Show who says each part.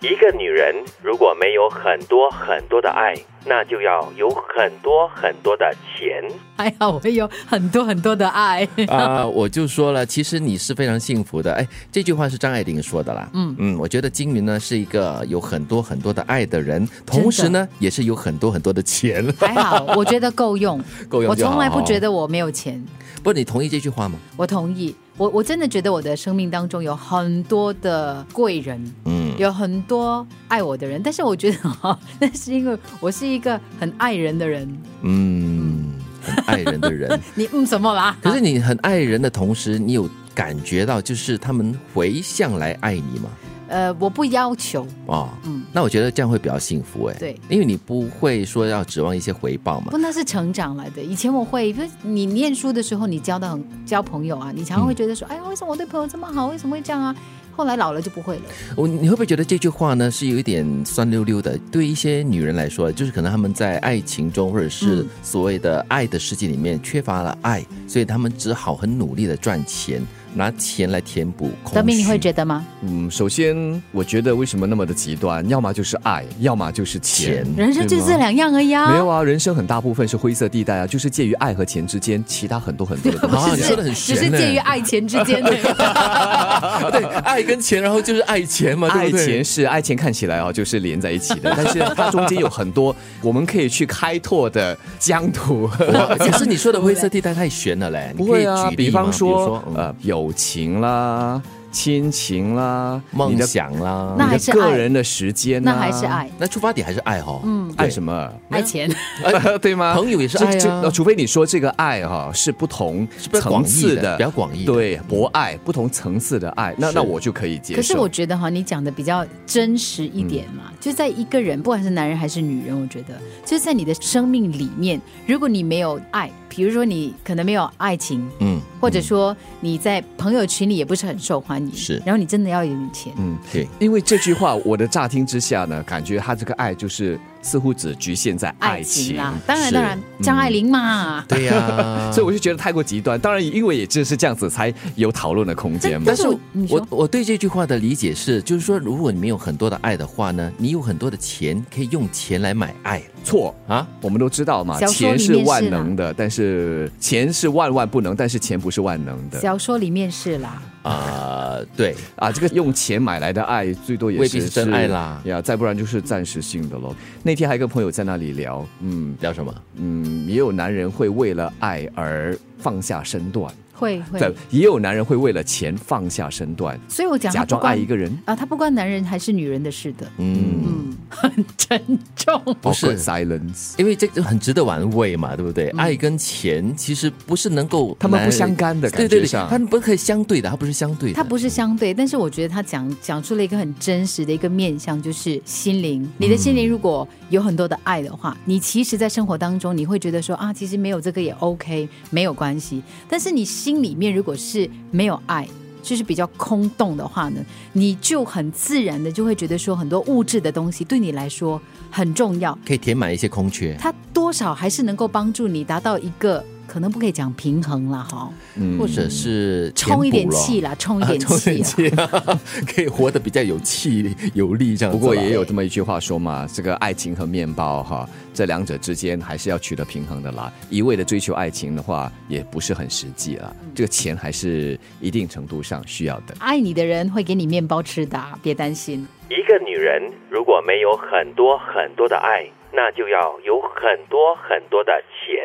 Speaker 1: 一个女人如果没有很多很多的爱，那就要有很多很多的钱。
Speaker 2: 还好我有很多很多的 爱。
Speaker 3: 啊、我就说了，其实你是非常幸福的。哎，这句话是张爱玲说的啦。
Speaker 2: 嗯
Speaker 3: 嗯，我觉得金云呢是一个有很多很多的爱的人，同时呢也是有很多很多的钱 了，
Speaker 2: 还好，我觉得够用。
Speaker 3: 够用
Speaker 2: 我
Speaker 3: 就好
Speaker 2: 从来不觉。得我没有钱，
Speaker 3: 不，你同意这句话吗？
Speaker 2: 我同意。我我真的觉得我的生命当中有很多的贵人，
Speaker 3: 嗯，
Speaker 2: 有很多爱我的人，但是我觉得 哈，那是因为我是一个很爱人的人。
Speaker 3: 嗯，很爱人 的人。
Speaker 2: 你嗯什么啦？
Speaker 3: 可是你很爱人的同时，你有感觉到就是他们回向来爱你吗？
Speaker 2: 呃，我不要求，
Speaker 3: 哦，
Speaker 2: 嗯
Speaker 3: 那我觉得这样会比较幸福哎。
Speaker 2: 对，
Speaker 3: 因为你不会说要指望一些回报嘛
Speaker 2: 不，。那是成长来的。以前我会，因为你念书的时候，你交到很交朋友啊，你
Speaker 3: 嗯
Speaker 2: 常常会觉得说，哎呀，为什么我对朋友这么好？为什么会这样啊？后来老了就不会了。
Speaker 3: 我你会不会觉得这句话呢是有一点酸溜溜的？对一些女人来说，就是可能她们在爱情中或者是
Speaker 2: 嗯
Speaker 3: 所谓的爱的世界里面缺乏了爱，所以她们只好很努力的赚钱，拿钱来填补空虚。
Speaker 2: 德明，你会觉得吗？
Speaker 4: 嗯，首先我觉得为什么那么的极端，要么就是爱，要么就是钱，
Speaker 3: 钱
Speaker 2: 人生就
Speaker 4: 对
Speaker 2: 这
Speaker 4: 吗。
Speaker 2: 两样而已啊。
Speaker 4: 没有啊，人生很大部分是灰色地带啊，就是介于爱和钱之间，其他很多很多的东
Speaker 3: 啊
Speaker 4: 西
Speaker 3: 你
Speaker 4: 啊。
Speaker 3: 说得很
Speaker 2: 只
Speaker 3: 玄
Speaker 2: 是
Speaker 3: 呢
Speaker 2: 介于爱钱之间的。
Speaker 3: 对，爱跟钱，然后就是爱钱嘛，对
Speaker 4: 爱
Speaker 3: 不对？
Speaker 4: 钱是爱钱，看起来哦就是连在一起的，但是它中间有很多我们可以去开拓的疆 土。
Speaker 3: 哇。可是你说的灰色地带太悬了嘞，你
Speaker 4: 不
Speaker 3: 可以
Speaker 4: 会啊，
Speaker 3: 举例
Speaker 4: 比
Speaker 3: 吗
Speaker 4: 方说
Speaker 3: 比如嗯
Speaker 4: 呃友情啦、亲情啦、
Speaker 3: 嗯
Speaker 4: 你
Speaker 3: 梦
Speaker 4: 的
Speaker 3: 想啦，
Speaker 2: 那还
Speaker 4: 你
Speaker 2: 是
Speaker 4: 的
Speaker 2: 爱
Speaker 4: 个人的时间啦，
Speaker 2: 那还是爱，
Speaker 3: 那出发点还是爱哈，嗯，
Speaker 4: 爱什么？
Speaker 2: 爱钱。
Speaker 4: 对吗？
Speaker 3: 朋友也是爱啊
Speaker 4: 这这呃除非你说这个爱哈、是不同
Speaker 3: 比较
Speaker 4: 层次
Speaker 3: 广义的比较广义的
Speaker 4: 对博爱不同层次的爱，那
Speaker 3: 是
Speaker 4: 那我就可以接受。
Speaker 2: 可是我觉得哈，你讲的比较真实一点嘛，就在一个人，不管是男人还是女人，我觉得就在你的生命里面，如果你没有爱，比如说你可能没有爱情，
Speaker 3: 嗯，
Speaker 2: 或者说你在朋友群里也不是很受欢迎，
Speaker 3: 是
Speaker 2: 然后你真的要有点钱，
Speaker 3: 嗯，对，
Speaker 4: 因为这句话，我的乍听之下呢，感觉他这个爱就是似乎只局限在爱
Speaker 2: 爱
Speaker 4: 情
Speaker 2: 情啦，当然
Speaker 3: 是
Speaker 2: 当然，张爱玲嘛，
Speaker 3: 对呀、
Speaker 4: 所以我就觉得太过极端。当然，因为也正是这样子才有讨论的空间嘛
Speaker 2: 但
Speaker 3: 但。
Speaker 2: 是
Speaker 3: 是
Speaker 2: 你说
Speaker 3: 我我对这句话的理解是，就是说，如果你没有很多的爱的话呢，你有很多的钱，可以用钱来买爱
Speaker 4: 错，
Speaker 3: 啊。
Speaker 4: 我们都知道嘛，
Speaker 2: 小说
Speaker 4: 钱
Speaker 2: 里面
Speaker 4: 是万
Speaker 2: 是啦
Speaker 4: 能的，但是钱是万万不能，但是钱不是万能的。
Speaker 2: 小说里面是啦，
Speaker 3: 啊、对，
Speaker 4: 啊，这个用钱买来的爱，最多也是
Speaker 3: 未必是真爱啦
Speaker 4: 呀，再不然就是暂时性的咯。那天还跟朋友在那里聊，嗯
Speaker 3: 聊什么？
Speaker 4: 嗯，也有男人会为了爱而放下身段，
Speaker 2: 会会，
Speaker 4: 对，也有男人会为了钱放下身段，
Speaker 2: 所以我讲他
Speaker 4: 假
Speaker 2: 不
Speaker 4: 装爱
Speaker 2: 关
Speaker 4: 一个人。
Speaker 2: 啊，他不关男人还是女人的事的，
Speaker 3: 嗯，
Speaker 2: 嗯，很沉重。
Speaker 3: 不是
Speaker 4: Awkward silence，
Speaker 3: 因为这个很值得玩味嘛，对不对？爱跟钱其实不是能够
Speaker 4: 他们
Speaker 3: 拿
Speaker 4: 不相干的感
Speaker 3: 对对
Speaker 4: 觉
Speaker 3: 对，
Speaker 4: 上
Speaker 3: 他们不可以相对的，它不是相对的，
Speaker 2: 它不是相对，但是我觉得他讲讲出了一个很真实的一个面向，就是心灵。你的心灵如果有很多的爱的话，你其实，在生活当中，你会觉得说啊，其实没有这个也 OK，没有关系。但是你心里面如果是没有爱，就是比较空洞的话呢，你就很自然的就会觉得说，很多物质的东西对你来说很重要，
Speaker 3: 可以填满一些空缺。
Speaker 2: 它多少还是能够帮助你达到一个可能不可以讲平衡啦，哈，
Speaker 3: 或者是填补
Speaker 2: 充一点气
Speaker 3: 了，
Speaker 2: 啦，充一
Speaker 3: 啊
Speaker 2: 点
Speaker 3: 充
Speaker 2: 气
Speaker 3: 点
Speaker 2: 啦。
Speaker 3: 气，啊 可以活得比较有气有力这样子
Speaker 4: 不
Speaker 3: 吧。
Speaker 4: 过也有这么一句话说嘛，这个爱情和面包哈，这两者之间还是要取得平衡的啦。一味的追求爱情的话，也不是很实际了。这个钱还是一定程度上需要的。
Speaker 2: 爱你的人会给你面包吃的啊，别担心。
Speaker 1: 一个女人如果没有很多很多的爱，那就要有很多很多的钱。